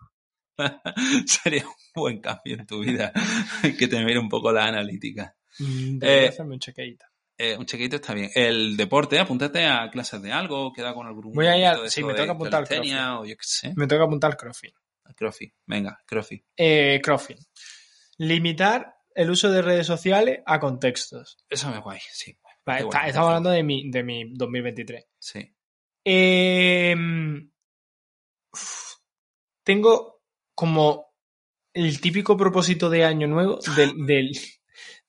S3: Sería un buen cambio en tu vida <laughs> que te mire un poco la analítica.
S2: Mm, Debería
S3: Eh,
S2: hacerme un chequeíta.
S3: Eh, un chequeito está bien. El deporte, apúntate a clases de algo, queda con algún
S2: Voy a ir a-
S3: grupito de
S2: sí,
S3: esto
S2: me tengo
S3: de
S2: que apuntar al
S3: calistenia o yo qué sé.
S2: Me tengo que apuntar al crossfit.
S3: Al Crossfit, venga, crossfit.
S2: Eh, crossfit. Limitar el uso de redes sociales a contextos.
S3: Eso me guay, sí.
S2: Vale,
S3: Qué
S2: está-
S3: bueno,
S2: estamos
S3: perfecto.
S2: hablando de mi, de mi 2023.
S3: Sí.
S2: Eh, uf, tengo como el típico propósito de año nuevo del, del,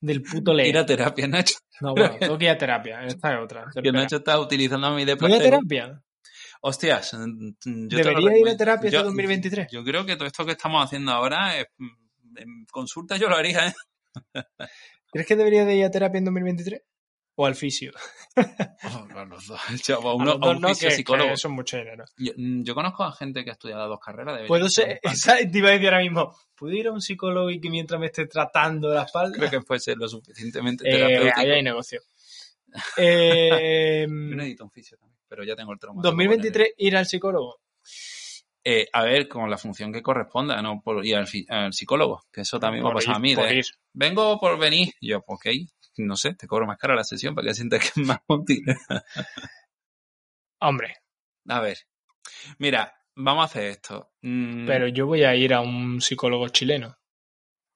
S2: del puto leer.
S3: <laughs> Ir a terapia, Nacho.
S2: No, bueno, tengo que ir a terapia. Esta es otra.
S3: Que Nacho está utilizando
S2: ¿Voy
S3: mi
S2: a
S3: deporte.
S2: terapia?
S3: Hostias, mm, mm, yo te
S2: ¿Debería ir
S3: lo
S2: a
S3: recomiendo.
S2: terapia este
S3: Yo-
S2: 2023?
S3: Yo creo que todo esto que estamos haciendo ahora, es, mm, en consulta yo lo haría, ¿eh?
S2: ¿Crees que debería de ir a terapia en 2023? ¿O al fisio?
S3: Oh, a los dos, <laughs> chavo, a
S2: A
S3: uno-
S2: los
S3: a
S2: dos
S3: un
S2: no, que-
S3: fisiopsicólogo.
S2: que eso es mucho dinero.
S3: Yo, mm, yo conozco a gente que ha estudiado dos carreras. debería
S2: Puedo
S3: ser
S2: ser,
S3: un
S2: esa- <laughs> te iba a decir ahora mismo, ¿puedo ir a un psicólogo y que mientras me esté tratando la espalda?
S3: Creo que fuese lo suficientemente
S2: Eh,
S3: terapéutico.
S2: ahí hay negocio. <laughs> Eh,
S3: Yo necesito un fisio también, pero ya tengo el trauma.
S2: 2023 ir al psicólogo.
S3: Eh, a ver, con la función que corresponda, ¿no? Por ir al, fi- al psicólogo, que eso también me ha
S2: Por
S3: pasado
S2: ir,
S3: a mí. ¿eh?
S2: por
S3: de,
S2: ir.
S3: Vengo por venir. Y Yo, pues, ok, no sé, te cobro más cara la sesión para que sientas que es más <laughs> útil.
S2: Hombre,
S3: A ver, mira, vamos a hacer esto. Mm,
S2: pero yo voy a ir a un psicólogo chileno.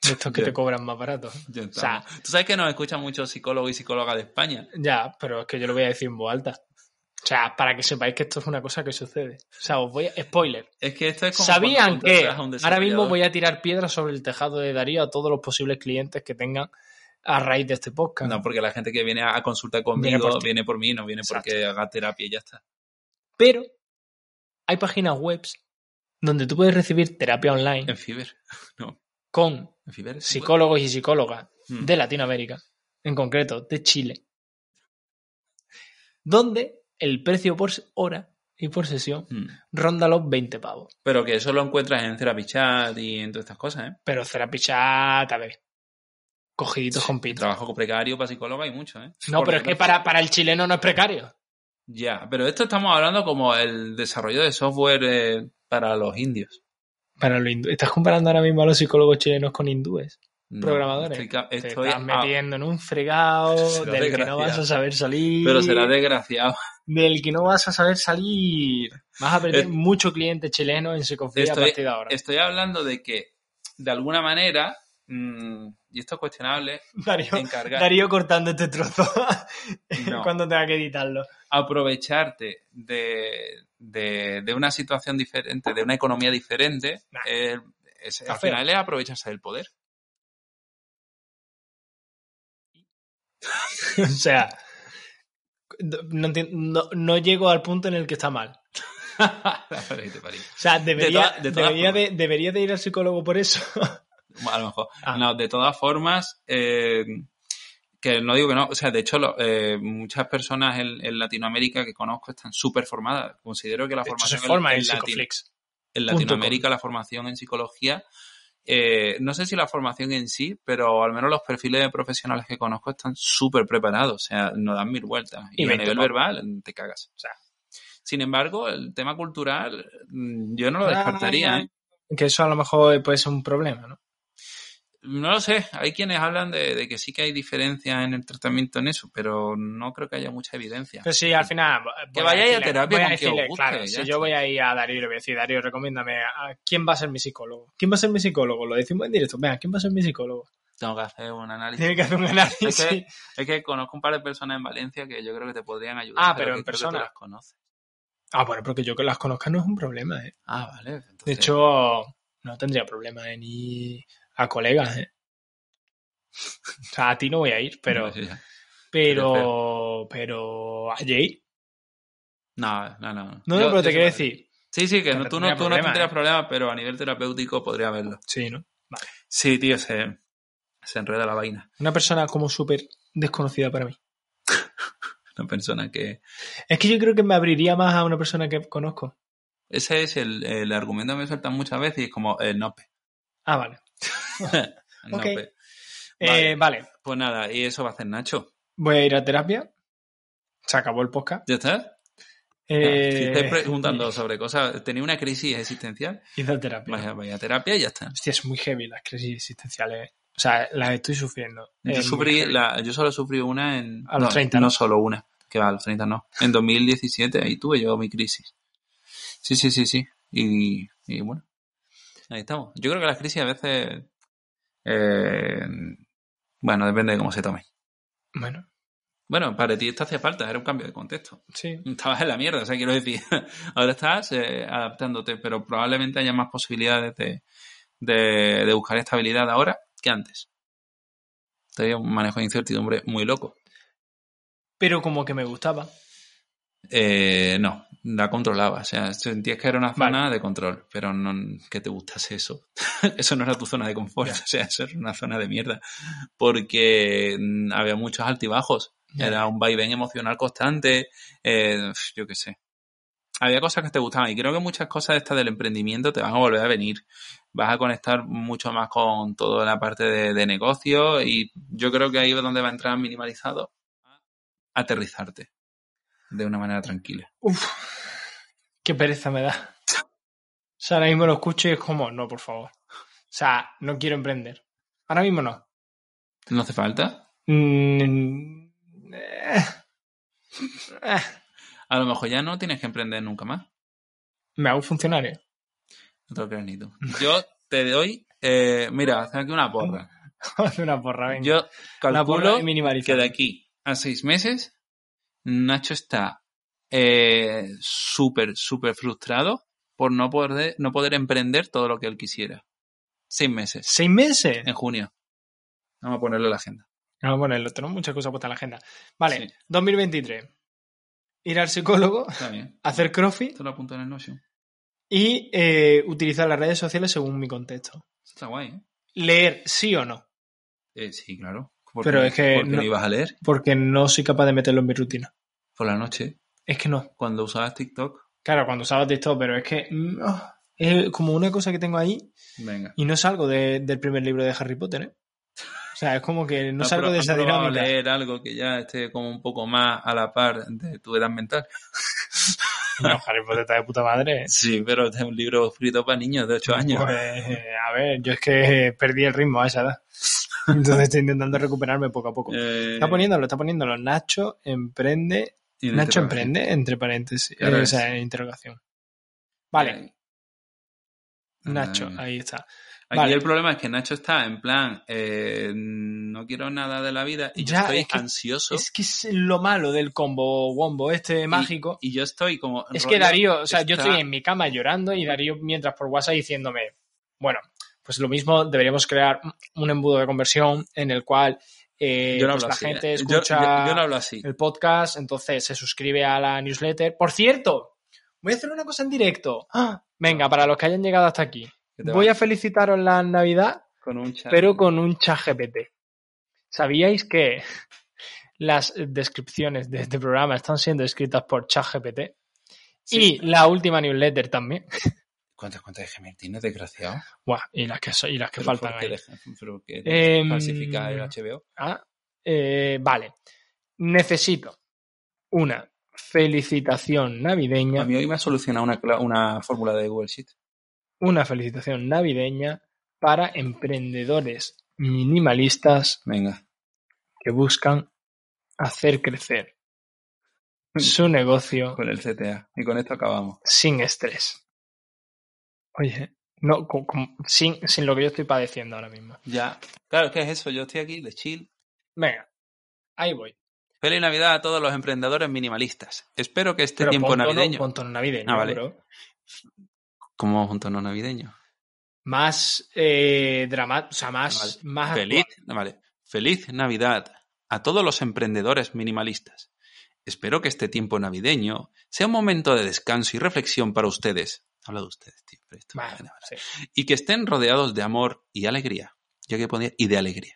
S2: De estos que
S3: Ya.
S2: te cobran más barato.
S3: ya
S2: O sea,
S3: estamos. Tú sabes que nos escuchan muchos psicólogos y psicólogas de España.
S2: ya, pero es que yo lo voy a decir en voz alta. O sea, para que sepáis que esto es una cosa que sucede. O sea, os voy a... Spoiler.
S3: Es que esto es como
S2: ¿Sabían
S3: cuando
S2: que
S3: contratas a un
S2: ahora mismo
S3: desarrollador.
S2: voy a tirar piedras sobre el tejado de Darío a todos los posibles clientes que tengan a raíz de este podcast.
S3: No, porque la gente que viene a consulta conmigo
S2: Viene
S3: viene
S2: por
S3: por,
S2: ti.
S3: mí, no viene
S2: Exacto.
S3: porque haga terapia y ya está.
S2: Pero hay páginas web donde tú puedes recibir terapia online
S3: En Fiverr.
S2: con
S3: En Fiverr. se puede.
S2: psicólogos y psicólogas
S3: Mm.
S2: de Latinoamérica, en concreto de Chile, donde el precio por hora y por sesión
S3: Mm.
S2: ronda los 20 pavos.
S3: Pero que eso lo encuentras en Therapy Chat y en todas estas cosas, ¿eh?
S2: Pero Therapy Chat, a ver, cogiditos con pito.
S3: Trabajo precario para psicóloga hay mucho, ¿eh?
S2: No,
S3: Por
S2: pero
S3: lo
S2: es que
S3: menos-
S2: para, para el chileno no es precario.
S3: Ya, pero esto estamos hablando como el desarrollo de software eh, para los indios.
S2: Para los hindú- Estás comparando ahora mismo a los psicólogos chilenos con hindúes.
S3: No,
S2: Programadores.
S3: estoy ca-
S2: Te
S3: estoy
S2: estás
S3: a-
S2: metiendo en un
S3: <laughs>
S2: fregado
S3: Será
S2: del que no
S3: desgraciado.
S2: vas a saber salir.
S3: Pero será desgraciado. <laughs>
S2: Del que no vas a saber salir. Vas a perder
S3: Es-
S2: mucho cliente chileno en Secofría a
S3: Estoy-
S2: partir de ahora.
S3: Estoy hablando de que, de alguna manera, mm, y esto es
S2: <laughs>
S3: cuestionable,
S2: <laughs> Darío,
S3: encargar.
S2: Darío cortando este trozo <laughs>
S3: No.
S2: cuando tenga que <laughs> editarlo.
S3: aprovecharte de, de- de una situación diferente, de una economía diferente,
S2: Nah.
S3: eh, es-
S2: Está
S3: al
S2: feo.
S3: final es aprovecharse del poder. <laughs>
S2: o sea, no, enti- no- no llego al punto en el que está mal.
S3: La verdad que te parí.
S2: O sea, debería,
S3: toda- de todas
S2: debería de- debería de ir al psicólogo por eso. <laughs>
S3: A lo mejor.
S2: Ah.
S3: No, de todas formas, eh, que no digo que no. O sea, de hecho, lo- eh, muchas personas en, en Latinoamérica que conozco están súper formadas. Considero que la
S2: De hecho, se
S3: formación en-
S2: forma
S3: en
S2: en
S3: Latino-
S2: Psicoflix.
S3: en
S2: Punto com.
S3: Latinoamérica la formación en psicología, eh, no sé si la formación en sí, pero al menos los perfiles de profesionales que conozco están súper preparados, o sea, no dan mil vueltas.
S2: Y
S3: Y, a
S2: 20
S3: nivel
S2: pavos.
S3: verbal te cagas. O sea, sin embargo, el tema cultural mm, yo
S2: Ah,
S3: no lo descartaría. ¿eh?
S2: Que eso a lo mejor puede ser un problema, ¿no?
S3: No lo sé, hay quienes hablan de, de que sí que hay diferencias en el tratamiento en eso, pero no creo que haya mucha evidencia.
S2: Pero sí, al final. voy
S3: Que vayáis a
S2: decirle-
S3: terapia
S2: voy
S3: con quien os
S2: decirle,
S3: guste,
S2: Claro,
S3: ya
S2: si
S3: está.
S2: yo voy a ir a Darío y le voy a decir, Darío, recomiéndame, a, ¿quién va a ser mi psicólogo? ¿Quién va a ser mi psicólogo? Lo decimos en directo. Venga, ¿quién va a ser mi psicólogo? <laughs>
S3: Tengo que hacer un análisis.
S2: Tiene que hacer un análisis.
S3: Es que- Es que conozco un par de personas en Valencia que yo creo que te podrían ayudar.
S2: Ah, pero
S3: que
S2: en
S3: creo que tú
S2: persona.
S3: las conoces.
S2: Ah, bueno, porque yo que las conozca no es un problema, ¿eh?
S3: Ah, vale. entonces-
S2: De hecho, no tendría problema en ir a colegas,
S3: <laughs>
S2: ¿eh? O sea, a ti no voy a ir, pero.
S3: No, ya.
S2: Pero. Pero. A Jay.
S3: No, no, no.
S2: No, no,
S3: Yo-
S2: pero
S3: yo
S2: te quiero
S3: separado.
S2: decir.
S3: Sí, sí, que
S2: que
S3: no,
S2: te
S3: tú,
S2: tendría
S3: no, tú no
S2: problema,
S3: tendrías
S2: ¿eh?
S3: problemas, pero a nivel terapéutico podría haberlo.
S2: Sí, ¿no?
S3: Sí, tío, se, se enreda la vaina.
S2: Una persona como súper desconocida para mí.
S3: Una persona que...
S2: Es que yo creo que me abriría más a una persona que conozco.
S3: Ese es el, el argumento que me sueltan muchas veces y es como, eh, no, pe.
S2: Ah, vale.
S3: No,
S2: Ok.
S3: pe. Vale.
S2: Eh, vale.
S3: Pues nada, y eso va a hacer Nacho.
S2: Voy a ir a terapia. Se acabó el podcast.
S3: ¿Ya está?
S2: Eh,
S3: si estáis
S2: <laughs>
S3: preguntando sobre eh. cosas, tenéis una crisis existencial,
S2: Ir a terapia.
S3: vaya, vaya a terapia y ya está.
S2: Hostia, es muy heavy las crisis existenciales. O sea, las estoy sufriendo. Eh,
S3: Yo,
S2: Es muy
S3: sufrí
S2: heavy.
S3: la- yo solo sufrí una en...
S2: A los
S3: no,
S2: 30,
S3: No
S2: ¿no?
S3: solo una, que va, a los 30 no. En 2017 ahí tuve yo mi crisis. Sí, sí, sí, sí. Y, y bueno, ahí estamos. Yo creo que las crisis a veces... eh, bueno, depende de cómo se tome.
S2: Bueno,
S3: Bueno, para ti esto hacía falta, era un cambio de contexto.
S2: sí.
S3: <laughs> Estabas en la mierda, o sea, quiero decir, <laughs> ahora estás eh, adaptándote, pero probablemente haya más posibilidades de, de- de buscar estabilidad ahora que antes. Todavía un manejo de incertidumbre muy loco.
S2: Pero como que me gustaba.
S3: Eh, no, la controlaba, o sea, sentías que era una
S2: Vale.
S3: zona de control, pero no que te gustase eso. <laughs> eso no era tu zona de confort,
S2: Ya.
S3: o sea, eso era una zona de mierda, porque mm, había muchos altibajos,
S2: Ya.
S3: era un vaivén emocional constante, eh, yo qué sé. Había cosas que te gustaban y creo que muchas cosas estas del emprendimiento te van a volver a venir. Vas a conectar mucho más con toda la parte de, de negocio y yo creo que ahí es donde va a entrar minimalizado. Aterrizarte de una manera tranquila.
S2: Uf. Qué pereza me da. O sea, ahora mismo lo escucho y es como, no, por favor. O sea, no quiero emprender. Ahora mismo no.
S3: ¿No hace falta?
S2: Mm, eh, eh,
S3: A lo mejor ya no tienes que emprender nunca más.
S2: me hago funcionario. <laughs>
S3: No te lo creas <laughs> ni tú. Yo te doy... eh, mira, hacer aquí una porra.
S2: Hace una porra, venga.
S3: Yo
S2: una porra
S3: calculo
S2: y
S3: que
S2: minimalizar.
S3: de aquí a seis meses Nacho está eh, súper, súper frustrado por no poder, no poder emprender todo lo que él quisiera. Seis meses,
S2: ¿Seis meses?
S3: en junio. Vamos a ponerlo en la agenda.
S2: No, bueno, lo tenemos muchas cosas puestas en la agenda. Vale,
S3: Sí.
S2: 2023. Ir al psicólogo, <laughs>
S3: Está bien.
S2: hacer crossfit
S3: Esto lo apunto en el Notion.
S2: y eh, utilizar las redes sociales según mi contexto.
S3: Esto Está guay, ¿eh?
S2: Leer sí o no,
S3: Eh, sí, claro. ¿Por
S2: Pero
S3: qué-
S2: es que
S3: ¿Por qué no...
S2: no-
S3: ibas a leer
S2: porque no soy capaz de meterlo en mi rutina.
S3: por la noche
S2: Es que no.
S3: cuando usabas TikTok?
S2: Claro, cuando usaba TikTok, pero es que mm, oh, es como una cosa que tengo ahí
S3: Venga.
S2: y no salgo de- del primer libro de Harry Potter, ¿eh? O sea, es como que no
S3: ¿Has
S2: salgo
S3: pro-
S2: de
S3: has
S2: esa
S3: Ah, probado
S2: dinámica.
S3: leer algo que ya esté como un poco más a la par de tu edad mental?
S2: <laughs> No, Harry Potter está de puta madre. ¿eh?
S3: Sí, pero es un libro escrito para niños de 8 años.
S2: Pues, eh, a ver, yo es que perdí el ritmo a esa edad. Entonces estoy intentando recuperarme poco a poco.
S3: Eh,
S2: Está poniéndolo, está poniéndolo. Nacho emprende.
S3: y en
S2: Nacho
S3: interrogación.
S2: emprende, entre paréntesis.
S3: Claro
S2: eh, o
S3: es.
S2: sea, en interrogación. Vale,
S3: Eh,
S2: Nacho,
S3: eh,
S2: ahí está.
S3: Aquí
S2: vale.
S3: el problema es que Nacho está en plan, eh, no quiero nada de la vida y
S2: Ya,
S3: yo estoy
S2: es que-
S3: ansioso.
S2: Es que es lo malo del combo wombo este mágico.
S3: Y yo estoy como.
S2: es
S3: rollo,
S2: que Darío, o sea, yo
S3: está-
S2: estoy en mi cama llorando y Darío mientras por WhatsApp diciéndome, bueno, pues lo mismo, deberíamos crear un embudo de conversión en el cual eh,
S3: Yo no
S2: pues
S3: hablo
S2: la
S3: así.
S2: gente
S3: eh. Yo-
S2: escucha
S3: Yo, yo no hablo así.
S2: el podcast, entonces se suscribe a la newsletter. Por cierto, voy a hacer una cosa en directo. ¡Ah! Venga, para los que hayan llegado hasta aquí,
S3: Que te
S2: voy a
S3: vas
S2: felicitaros la Navidad
S3: con un chat.
S2: pero con un chat GPT. ¿Sabíais que las descripciones de este programa están siendo escritas por chat GPT?
S3: Sí.
S2: Y la última newsletter también.
S3: ¿Cuántas cuentas de Gmail tienes, desgraciado?
S2: Buah, y las que, so- y las que
S3: Pero
S2: faltan
S3: ¿por qué
S2: ahí.
S3: dejan- pero que
S2: Em,
S3: falsificar el HBO.
S2: Ah, eh, vale. Necesito una felicitación
S3: A
S2: navideña.
S3: mí hoy me ha solucionado una, cla- una fórmula de Google Sheet.
S2: Una felicitación navideña para emprendedores minimalistas
S3: Venga.
S2: que buscan hacer crecer
S3: <laughs>
S2: su negocio
S3: Con el CTA. Y con esto acabamos.
S2: sin estrés. Oye, no, co- como- sin, sin lo que yo estoy padeciendo ahora mismo.
S3: Ya. Claro, ¿qué es eso? Yo estoy aquí de chill.
S2: Venga, ahí voy.
S3: Este Feliz Navidad a todos los emprendedores minimalistas. Espero que este tiempo
S2: pon tono-
S3: navideño.
S2: pon tono navideño,
S3: Ah, vale.
S2: bro.
S3: ¿Cómo es un tono navideño?
S2: Más eh, dramático, o sea, más,
S3: Vale.
S2: más
S3: Feliz,
S2: actual.
S3: vale. Feliz Navidad a todos los emprendedores minimalistas. Espero que este tiempo navideño sea un momento de descanso y reflexión para ustedes. Habla de ustedes, tío. pero esto-
S2: Más,
S3: vale, vale.
S2: sí.
S3: Y que estén rodeados de amor y alegría. Yo que ponía y de alegría.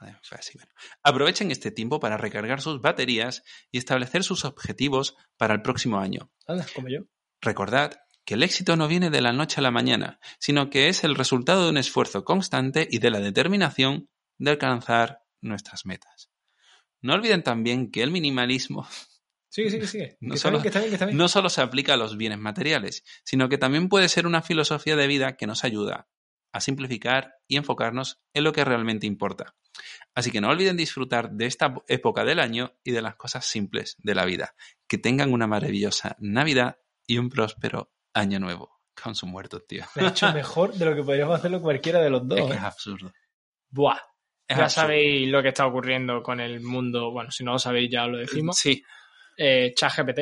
S3: Vale, fue así, bueno. Aprovechen este tiempo para recargar sus baterías y establecer sus objetivos para el próximo año.
S2: Anda, como yo.
S3: Recordad que el éxito no viene de la noche a la mañana, sino que es el resultado de un esfuerzo constante y de la determinación de alcanzar nuestras metas. No olviden también que el minimalismo
S2: Sigue, sigue, sigue.
S3: <laughs> No
S2: que está
S3: solo-
S2: bien, que está bien, que está bien.
S3: no solo se aplica a los bienes materiales, sino que también puede ser una filosofía de vida que nos ayuda a simplificar y enfocarnos en lo que realmente importa. Así que no olviden disfrutar de esta época del año y de las cosas simples de la vida. Que tengan una maravillosa Navidad y un próspero año nuevo. Con su muerto, tío.
S2: Lo he hecho mejor de lo que podríamos hacerlo cualquiera de los dos.
S3: Es que
S2: ¿eh?
S3: es absurdo.
S2: Buah,
S3: Es
S2: ya
S3: absurdo.
S2: sabéis lo que está ocurriendo con el mundo. Bueno, si no lo sabéis, ya
S3: <laughs>
S2: lo decimos.
S3: Sí,
S2: Eh, ChatGPT,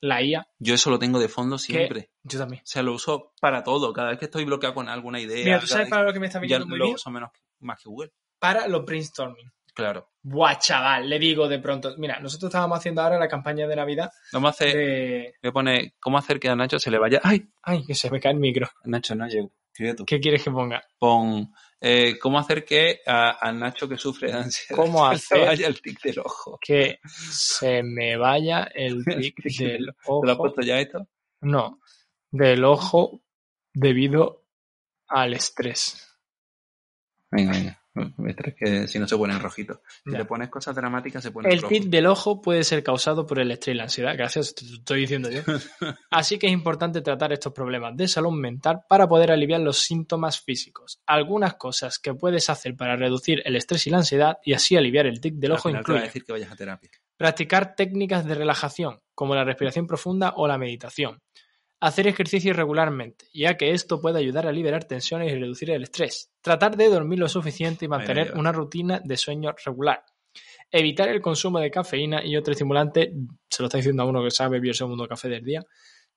S2: la IA,
S3: yo eso lo tengo de fondo siempre.
S2: yo también.
S3: O sea, lo uso para todo. Cada vez que estoy bloqueado con alguna idea,
S2: Mira, ¿tú
S3: cada
S2: sabes
S3: vez-
S2: para lo que me está
S3: ya
S2: viniendo muy
S3: lo
S2: bien?
S3: uso menos, más que Google.
S2: Para los brainstorming.
S3: Claro.
S2: Buah, chaval, le digo de pronto. Mira, nosotros estábamos haciendo ahora la campaña de Navidad
S3: Vamos a hacer
S2: de.
S3: Me pone, ¿cómo hacer que a Nacho se le vaya? ¡Ay!
S2: Ay, que se me cae el micro.
S3: Nacho, no llego. Escribe tú.
S2: ¿Qué quieres que ponga?
S3: Pon, eh, ¿cómo hacer que a, a Nacho que sufre de ansiedad <laughs>
S2: ¿Cómo
S3: se le
S2: hacer
S3: vaya el tic del ojo?
S2: que se me vaya
S3: <laughs>
S2: el tic
S3: tic
S2: del
S3: del ¿Te lo has
S2: ojo?
S3: puesto ya esto?
S2: No, del ojo debido al estrés.
S3: Venga, venga. Esto es que si no se pone en rojito. Si
S2: Ya.
S3: le pones cosas dramáticas se pone en
S2: El
S3: rojo.
S2: tic del ojo puede ser causado por el estrés y la ansiedad. Gracias, te lo estoy diciendo
S3: <laughs>
S2: yo. Así que es importante tratar estos problemas de salud mental para poder aliviar los síntomas físicos. Algunas cosas que puedes hacer para reducir el estrés y la ansiedad y así aliviar el tic del
S3: Al
S2: ojo
S3: final te va a
S2: incluyen
S3: decir que vayas a terapia.
S2: practicar técnicas de relajación, como la respiración profunda o la meditación, hacer ejercicio regularmente, ya que esto puede ayudar a liberar tensiones y reducir el estrés, tratar de dormir lo suficiente y
S3: la
S2: mantener
S3: lleva.
S2: una rutina de sueño regular, evitar el consumo de cafeína y otro estimulante, se lo está diciendo a uno que sabe beber segundo café del día,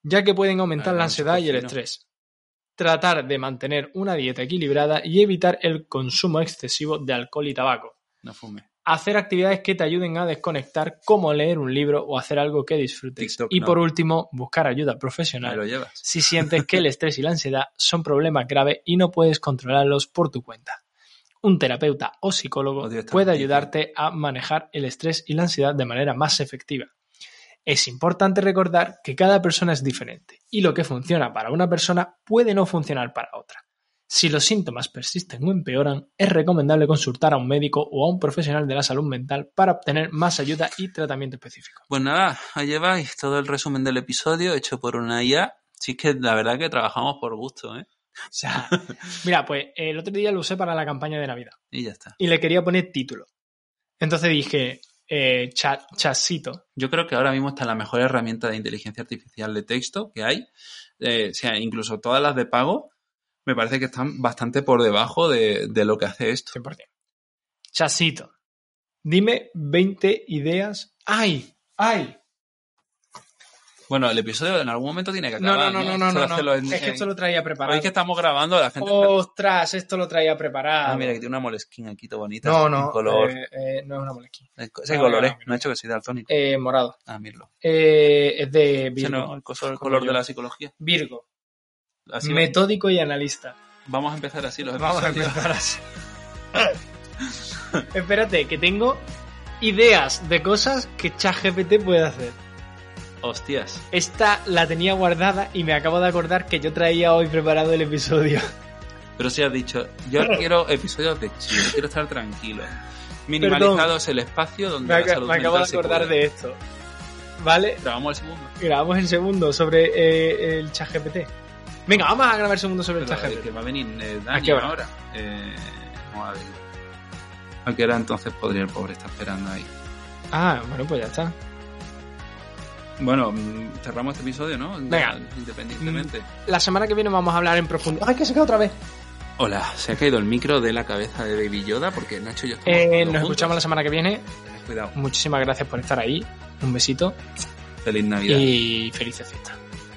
S2: ya que pueden aumentar
S3: Ah,
S2: la
S3: no,
S2: ansiedad y el
S3: superfino.
S2: estrés. Tratar de mantener una dieta equilibrada y evitar el consumo excesivo de alcohol y tabaco.
S3: no fumes.
S2: Hacer actividades que te ayuden a desconectar, como leer un libro o hacer algo que disfrutes.
S3: TikTok,
S2: y
S3: no.
S2: por último, buscar ayuda
S3: Ahí
S2: profesional
S3: lo llevas.
S2: si sientes que el estrés y la ansiedad son problemas graves y no puedes controlarlos por tu cuenta. Un terapeuta o psicólogo
S3: Odio esta
S2: puede
S3: noticia.
S2: ayudarte a manejar el estrés y la ansiedad de manera más efectiva. Es importante recordar que cada persona es diferente y lo que funciona para una persona puede no funcionar para otra. Si los síntomas persisten o empeoran, es recomendable consultar a un médico o a un profesional de la salud mental para obtener más ayuda y tratamiento específico.
S3: Pues nada, ahí lleváis todo el resumen del episodio hecho por una IA. Sí que la verdad que trabajamos por gusto, ¿eh?
S2: O
S3: <laughs>
S2: sea, mira, pues el otro día lo usé para la campaña de Navidad.
S3: Y ya está.
S2: y le quería poner título. Entonces dije, eh, cha- chasito.
S3: Yo creo que ahora mismo está la mejor herramienta de inteligencia artificial de texto que hay. Eh, o sea, incluso todas las de pago me parece que están bastante por debajo de, de lo que hace esto.
S2: 100%. Chasito. Dime 20 ideas. ¡Ay! ¡Ay!
S3: Bueno, el episodio en algún momento tiene que
S2: No,
S3: acabar.
S2: no, no, no, no,
S3: Esto
S2: no.
S3: hacerlo
S2: no.
S3: en-
S2: Es que esto
S3: en-
S2: lo Oh. traía
S3: Hoy
S2: preparado.
S3: que estamos grabando, la gente...
S2: ¡Ostras! Esto lo traía preparado.
S3: Ah, mira, que tiene una molesquina aquí toda bonita.
S2: no,
S3: en
S2: no.
S3: color.
S2: eh, eh, no es una molestia.
S3: Ese
S2: no,
S3: color,
S2: no,
S3: ¿eh?
S2: no,
S3: No ha hecho que sea daltónico.
S2: Eh, morado.
S3: Ah, míralo.
S2: Eh, es de
S3: Ese
S2: Virgo.
S3: no, el color, el
S2: como
S3: color
S2: yo.
S3: de la psicología.
S2: Virgo.
S3: Así va-
S2: Metódico y analista.
S3: Vamos a empezar así los
S2: Vamos a
S3: episodios.
S2: empezar así. <laughs> Espérate, que tengo ideas de cosas que ChatGPT puede hacer.
S3: Hostias.
S2: Esta la tenía guardada y me acabo de acordar que yo traía hoy preparado el episodio.
S3: Pero si has dicho, yo quiero episodios de chill, quiero estar tranquilo. Minimalizados el espacio donde
S2: Me,
S3: la
S2: aca-
S3: salud
S2: me acabo de
S3: mental se
S2: acordar
S3: cura.
S2: de esto. ¿Vale?
S3: Grabamos el segundo.
S2: Grabamos el segundo sobre eh, el ChatGPT. Venga, vamos a grabar el segundo sobre el
S3: Pero, eh, que
S2: ChatGPT.
S3: va a venir eh,
S2: ¿A
S3: Dani
S2: Ah, qué hora?
S3: ahora. Eh, vamos a ver. ¿A qué hora entonces podría el pobre estar esperando ahí?
S2: Ah, bueno, pues ya está.
S3: Bueno, mm, cerramos este episodio, ¿no?
S2: Venga. Mm.
S3: Independientemente.
S2: La semana que viene vamos a hablar en profundo. ¡Ay, que se cae otra vez!
S3: Hola, se ha caído el micro de la cabeza de Baby Yoda porque Nacho y yo estamos
S2: Eh,
S3: todos
S2: nos
S3: juntos.
S2: escuchamos la semana que viene.
S3: Tened Cuidado.
S2: Muchísimas gracias por estar ahí. Un besito
S3: Feliz Navidad.
S2: y felices fiestas.